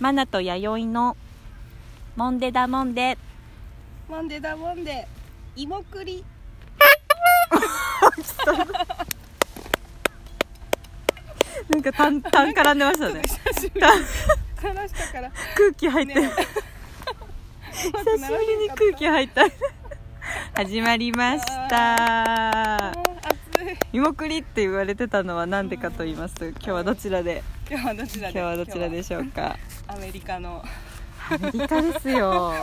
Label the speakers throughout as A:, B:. A: マナと弥生のモンデダモンデ
B: モンデだモンデ芋栗
A: なんかたんたん絡んでましたね
B: 久しぶりに話したから
A: 空気入って、
B: ね
A: 久しぶりに空気入った始まりました
B: あー暑い
A: 芋栗って言われてたのは何でかと言いますと今日はどちらで
B: 今日はどちら
A: 今
B: で
A: 日はどちらで
B: し
A: しょうか
B: アメリカの
A: アメリカですよ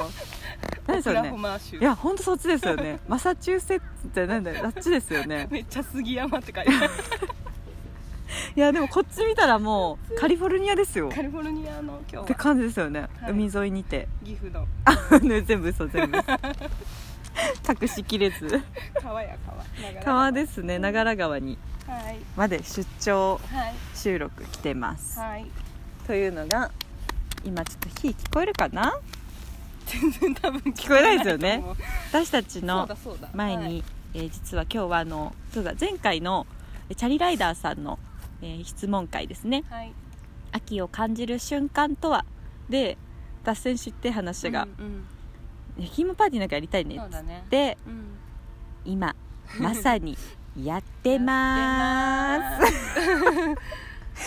A: 何そ
B: オ
A: れ
B: クラホ
A: ね
B: マ州
A: いや本当そっちですよ ねマサチューセッツってなんだよあっちですよ ね
B: めっちゃ杉山って書いて ある
A: いやでもこっち見たらもうカリフォルニアですよ
B: カリフォルニアの
A: っ
B: 今日
A: て
B: は
A: 感じですよね、
B: はい
A: 海沿いにて
B: 岐阜の
A: ね全部嘘全部嘘隠しきれず
B: 川や川長
A: 川ですすね長良川に
B: はい
A: まで出張
B: はい
A: 収録来てます、
B: はい
A: というのが今ちょっと火聞こえるかな
B: 全然多分聞
A: こえないですよね
B: こえないと思う
A: 私たち
B: そう
A: の
B: だそうだ
A: 前に、
B: はい
A: えー実は今日はあのそうだ前回のえーチャリライダーさんの、えー質問会ですね
B: はい
A: 秋を感じる瞬間とはで脱線しって話が
B: うんうん
A: 「焼き芋パーティーなんかやりたいね」
B: そう
A: っつ
B: だ
A: っ
B: ね
A: て
B: うん
A: 今まさにやってまーす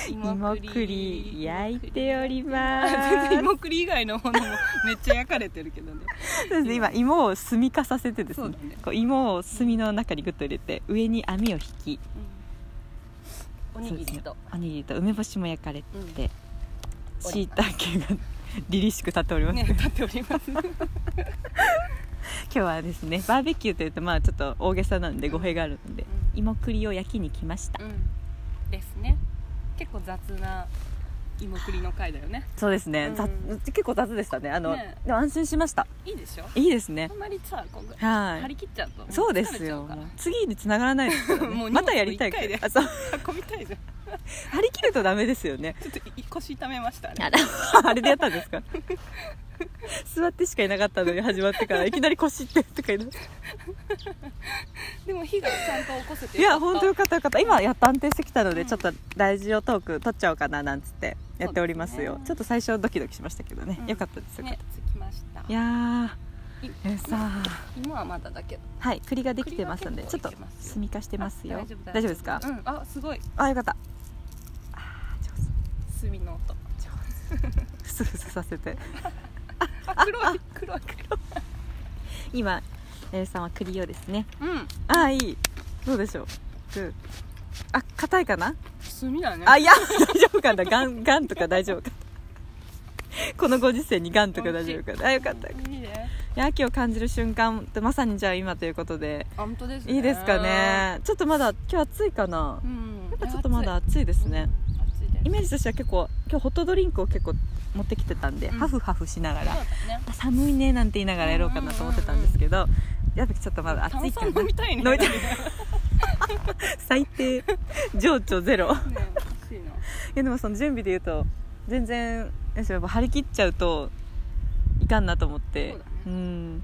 B: す
A: 芋栗焼いておりま
B: 全
A: す
B: 然芋栗以外のものもめっちゃ焼かれてるけどね
A: そうですね今芋を炭化させてです
B: そう
A: ね
B: だね
A: こう芋を炭の中にグッと入れて上に網を引き
B: お
A: そうですね
B: と
A: おにぎりと梅干しも焼かれて
B: うん
A: しいたけが 凛々しく立っております、
B: ね立っており ます
A: 今日はですねバーベキューというとまあちょっと大げさなんで語弊があるので、
B: うん
A: 芋栗を焼きに来ました
B: うんですね結構雑な芋栗の回だよね
A: そうですね、
B: うん
A: 雑結構雑でしたねあの
B: ね
A: でも安心しました
B: いいでしょ
A: いいですね
B: あんまりさこう
A: は
B: 張り
A: い
B: 切っちゃうと
A: そうですよ次に繋がらないですからね
B: もう荷物
A: またやりたい
B: もう一回で
A: あそう
B: 運びたいじゃん
A: 張り切るとダメですよね
B: ちょっとい腰痛めましたね
A: あらあれでやったんですか座ってしかいなかったのに始まってからいきなり腰ってとか 言いな
B: でも火がちゃんと起こせて
A: いや本当よか
B: か
A: ったよかった今やっと安定してきたので、
B: うん
A: ちょっとラジオトーク撮っちゃおうかななんつってやっております
B: そう
A: よ
B: ですね
A: ちょっと最初ドキドキしましたけどね、
B: うん
A: よかったです
B: った
A: よ、
B: ね着きました
A: いやー
B: い
A: えーさあ
B: 芋はまだだけど
A: はい栗ができてますんで
B: 栗
A: ちょっと
B: が結構いけますよ
A: 炭化してますよ
B: あ大丈夫
A: 大丈夫ですか、
B: うんあすごい
A: あよかったあー上
B: 炭の音
A: 手ふすふすさせて
B: あ黒い黒い
A: 今えーさんは栗をですね
B: うん
A: ああいいどうでしょううんあ硬いかな
B: 炭だね
A: あいや大丈夫かなガンガンとか大丈夫かこのご時世にガンとか大丈夫かなあよかったい
B: いいね
A: や秋を感じる瞬間ってまさにじゃあ今ということで
B: あ本当ですね
A: いいですかねちょっとまだ今日暑いかな
B: うん
A: なんかちょっとまだ暑いですね、
B: うん暑いです
A: イメージとしては結構今日ホットドリンクを結構持ってきてたんで、
B: うん
A: ハフハフしなが
B: そう
A: ら
B: だね
A: あ寒いねなんて言いながらやろうかなと思ってたんですけどやっぱちょっとまだ暑
B: 炭
A: いか
B: 酸
A: な
B: 飲みたいね
A: 飲みたい最低情緒ゼロ
B: ね欲しいない
A: やでもその準備で言うと全然私やっぱ張り切っちゃうといかんなと思って
B: そうだね
A: ん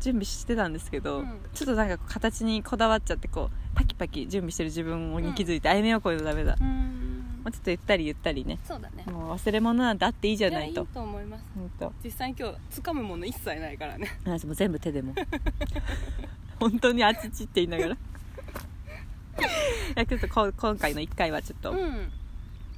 A: 準備してたんですけど、
B: うん
A: ちょっとなんかこう形にこだわっちゃってこうパキパキ準備してる自分に気づいて、あいめようこういうのダメだ、
B: う
A: も
B: ん
A: うちょっとゆったりゆったりね
B: そうだね
A: もう忘れ物なんてあっていいじゃない
B: や
A: と
B: いいと思います
A: ほんと
B: 実際に今日掴むもの一切ないからね
A: 私もう全部手でも 本当にあちちって言いながらい やちょっとこう今回の1回はちょっと
B: ん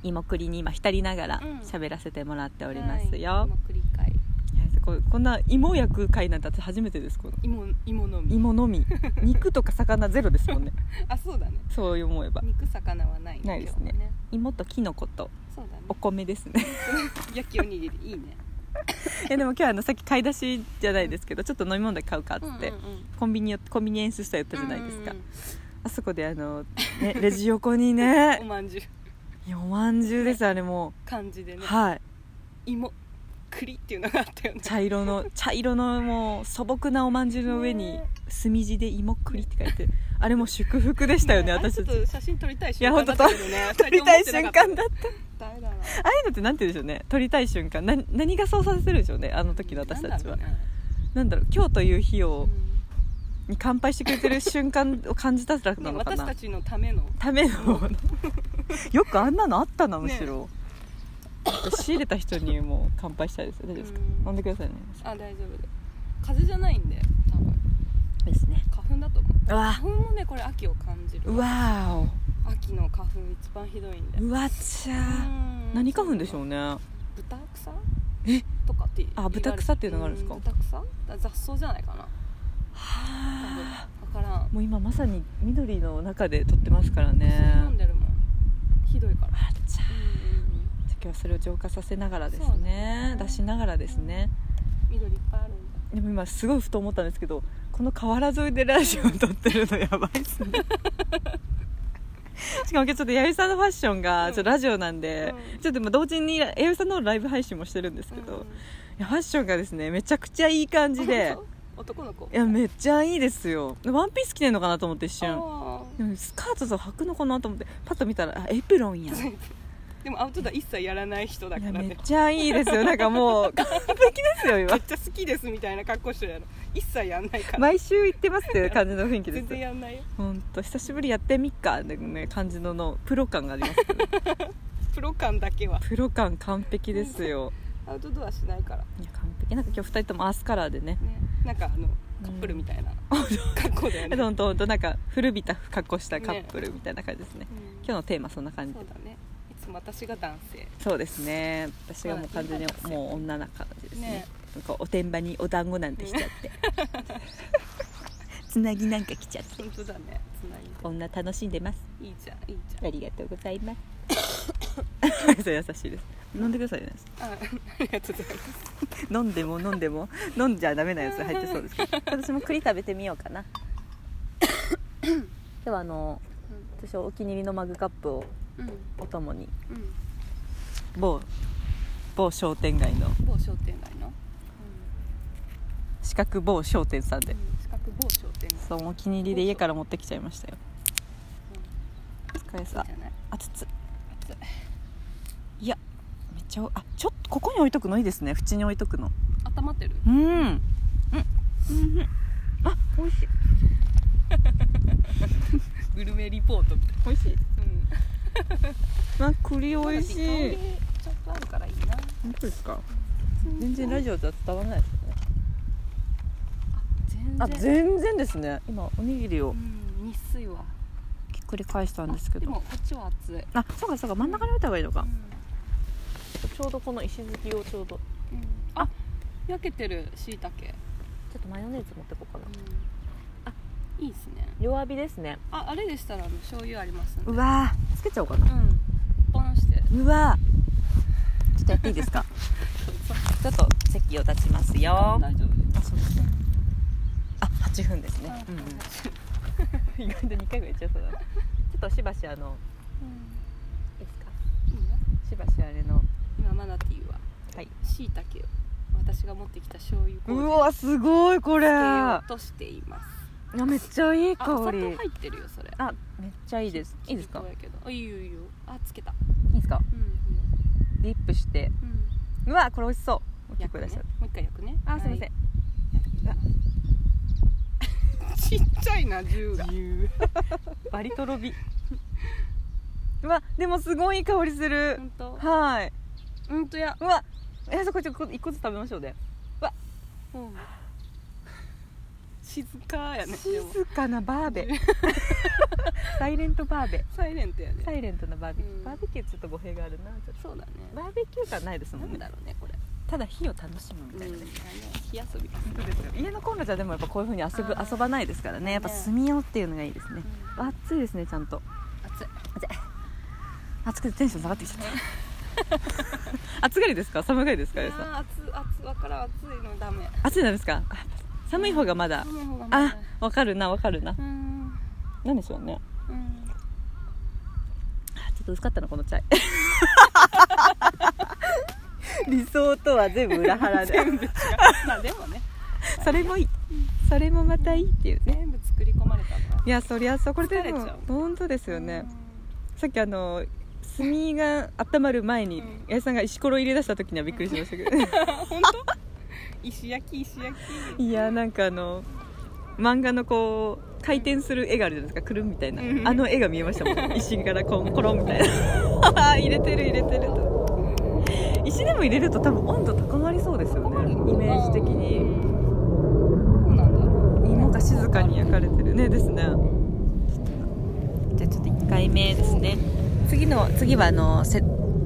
A: 芋栗に今浸りながら
B: うん
A: 喋らせてもらっておりますよ、
B: はい芋繰り返
A: いやここんな芋を焼く会なんて私初めてですこの
B: 芋芋のみ
A: 芋のみ肉とか魚ゼロですもんね
B: あそうだね
A: そう思えば
B: 肉魚はない
A: ないですね
B: 今日は
A: 芋とキノコと
B: そうだね
A: お米ですね
B: 焼きおにぎりいいね
A: いやでも今日あのさっき買い出しじゃないですけどちょっと飲み物だけ買うかっつって、
B: うんうんうん
A: コンビニよコンビニエンスストアやったじゃないですか、
B: うんうん
A: あそこであの、ね、レジ横に
B: お
A: ね
B: まんじゅう
A: いやおまんじゅうですあれも
B: 漢字で
A: う
B: ね
A: はい
B: 芋栗っていうのがあったよね
A: 茶色の茶色のもう素朴なおまんじゅうの上に
B: ね
A: 墨字で芋栗って書いてあれも祝福でしたよね
B: あれ
A: 私
B: ちょ
A: た
B: っ
A: ち
B: と写真撮りたい
A: いや
B: 瞬
A: 本当
B: 間だ
A: と
B: ったけどね
A: 撮りたい瞬間だ
B: っ
A: った
B: た誰だろう
A: ああいうのってなんて言うんでしょうね撮りたい瞬間な何がそうさせるんでしょうねあの時の私たちは
B: なんだろうね
A: なんだろう今日という日
B: う
A: を
B: ん
A: に乾杯してくれてる瞬間を感じたらな
B: ね
A: のか
B: 私
A: な
B: たちのための
A: ためのよくあんなのあったなむしろ、仕入れた人にもう乾杯したいですよ大丈夫ですか
B: うん
A: 飲んでくださいね
B: あ大丈夫で風邪じゃないんで多分
A: ですね
B: 花粉だと思う
A: わ
B: 花粉もねこれ秋を感じる
A: うわ
B: 秋の花粉一番ひどいんで
A: おうわちゃ
B: うん
A: 何花粉でしょうねあ
B: 豚草
A: え
B: とかって言われ
A: あ豚草っていうのがあるんですか
B: 豚草だ雑草じゃないかな多分分からん
A: もう今まさに緑の中で撮ってますからね
B: 飲んでるもんひどいから
A: わちゃ
B: うんうんうん
A: 今日はそれを浄化させながらです
B: そう
A: ね
B: ね
A: 出しながらですね
B: 緑いっぱいあるんだ
A: でも今すごいふと思ったんですけどこの河原沿いでラジオを撮ってるのやばいっす ねしかも今日ちょっと弥生さんのファッションが
B: うん
A: ちょっとラジオなんで、
B: うん
A: ちょっと今同時に弥生さんのライブ配信もしてるんですけど、いやファッションがですねめちゃくちゃいい感
B: うん
A: じ で
B: 本当男の子
A: いやめっちゃいいですよワンピース着てんのかなと思って一瞬
B: あ
A: でもスカートと履くのかなと思ってパッと見たらあエプロン やん
B: ーでもアウトドア一切やらない人だ
A: い
B: か
A: や
B: ら
A: めっ
B: ね
A: ちゃいいですよなんかもう完璧ですよ
B: め
A: 今
B: っちゃ好きですみたいな格好してるやろ一切やんないから
A: 毎週行ってますっていう感じの雰囲気で
B: 全
A: す
B: 然やんないよ
A: 本当久しぶりやってみっかってね感じののプロ感があり ますけど
B: プロ感だけは
A: プロ感完璧ですよ
B: アウトドアしないから
A: いや完璧なんか今日二人ともアースカラーでね
B: ねなんかあのカップルみたいな格好だよね
A: ほんとほんとなんか古びた格好したカップルみたいな感じですね
B: うん
A: 今日のテーマそんな感じ
B: そうだねいつも私が男性
A: そうですね私がもう完全に
B: まあいい感じですよ
A: もう女な感じですね
B: ね
A: なんかおてんばにお団子なんてしちゃってつなぎなんか来ちゃって
B: 本当だねつなぎ
A: 女楽しんでます
B: でいいじゃんいいじ
A: ありがとうございます 優しいです飲んでくださいね
B: ゃんあありがとうございます
A: 飲んでも飲んでも飲んじゃダメなやつ入ってそうですけど私も栗食べてみようか なではあの私お気に入りのマグカップを
B: うん
A: お供に
B: うん
A: 某某商店街の
B: 某商店街の
A: 四角某商店さん
B: う
A: で
B: ん近く某商店街
A: そうお気に入りで家から持ってきちゃいましたよお疲れ
B: うんい
A: さ
B: いじゃない
A: あつつ
B: 熱い
A: いやめっちゃあちょっとここに置いとくのいいですね縁に置いとくの
B: 温まってる
A: うんうんうんあ美味し い
B: グルメリポートみたい
A: 美味しい
B: な
A: あ栗美
B: うん
A: 味しい
B: 香りちょっとあるからいいな
A: 本当ですか全然ラジオでは伝わらないですよね
B: 全然
A: あ全然ですね今おにぎり
B: う
A: を
B: ん日水は
A: ひっくり返したんですけ
B: で
A: ど
B: もこっちは熱い
A: あそうかそうか真ん中に置いた方がいいの
B: う
A: かち
B: ん
A: ょうどこの石突きをちょうど
B: うんあ焼けてるしいたけ
A: ちょっとマヨネーズ持ってこうかな
B: あいいですね
A: 弱火ですね
B: ああれでしたらあの醤油ありますんで
A: うわーつけちゃおうか
B: う
A: なん
B: ポンして
A: うわーちょっとやっていいですか ちょっと席を立ちますよ
B: 大
A: あ
B: 丈夫です
A: そうですねあ8分ですね
B: あ、
A: うんうん、意外と2回ぐらいいっちゃい そうだなちょっとしばしあの
B: うん
A: いいですか
B: いいよ
A: しばしあれの
B: 今マナティーは
A: はい
B: しいたけを私が持ってきた醤油麹
A: う
B: に
A: わすごいこれ
B: 漬けようとしています
A: いやめっちゃいい
B: あお
A: 香
B: 砂糖
A: り
B: 入ってるよそれ
A: あめっちゃいいですいいですか
B: ちょっとやけどあいいよいいよあつけた
A: いいですか
B: うんいいよ
A: ディップして
B: うん
A: うわこれ美味しそう大き
B: 焼
A: く
B: く
A: 出
B: ね
A: しちゃっ
B: もう一回焼くね
A: たあすいません、
B: はいちっちゃいな銃が
A: バリトロビ うわでもすごいいい香りする
B: 本当
A: はい
B: 本当や
A: うわえそこちょっと一個ずつ食べましょうね
B: うん静かやねでも
A: 静かなバーベ サイレントバーベ
B: サイレントやね
A: サイレントなバーベキュー、
B: うん
A: バーベキューちょっと語弊があるなちょっ
B: そうだね
A: とバーベキュー感ないですも
B: なんん
A: ね
B: だろうねこれ
A: ただ火を楽しむみたいな
B: うんあの
A: ね、
B: 火遊びです
A: そうですよ家のコンロじゃでもやっぱこういうふうに遊ぶ
B: あー
A: 遊ばないですからねやっぱ
B: ね
A: 炭用っていうのがいいですね
B: うん
A: わ暑いですねちゃんと
B: 熱い
A: 暑くてテンション下がってきちゃった暑がりですか寒がりですか
B: い
A: よ
B: や
A: しさん
B: ー暑暑わからん暑いのダメ
A: 暑いなんですかあ寒い方がまだ
B: 寒い方がま
A: あ
B: だ
A: わかるなわかるな
B: うん
A: なんでしょうね
B: うん
A: あちょっと薄かったなこのチャイ 理想とは全部裏腹で
B: 全部違うまあでもね
A: それもいいそれもまたいいっていうね
B: 全部作り込まれたから
A: いやそりゃそうこれで
B: 疲れ
A: も
B: ちゃう
A: 本当ですよね、さっきあの炭が温まる前に
B: うん
A: 八重さんが石ころ入れ出した時にはびっくりしましたけど、
B: うん本当石焼き石焼き
A: いやなんかあの漫画のこう回転する絵があるじゃないですかくるんみたいな、
B: うん
A: あの 絵が見えましたもん石からこうコロンみたいな入れてる入れてると石でも入れると多分温度高まりそうですよ
B: 困
A: ね
B: る
A: イ
B: のかな
A: メージ的に
B: うんそうなんだろう
A: 芋が静かに焼かれてるねですねじゃあちょっと1回目ですね次の次はあのせ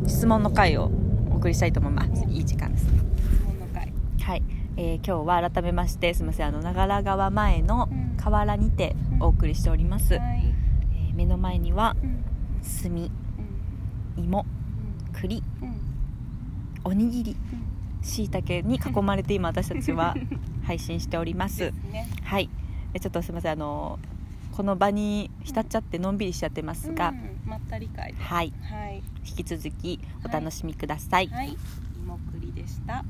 A: 質問の回をお送りしたいと思いますいい時間ですね
B: 質問の回
A: はい、えー今日は改めましてすみませんあの長良川前の
B: うん
A: 河原にてお送りしております、
B: はい
A: えー目の前には
B: うん
A: 炭芋栗
B: うんうん
A: おにぎり
B: うん
A: しいたけに囲まれて今 私たちは配信しておりま
B: ですね
A: はいえちょっとすみませんあのこの場に浸っちゃってのんびりしちゃってますが、
B: うんまったり会で
A: はい
B: はい
A: 引き続きお楽しみください、
B: はい芋栗でした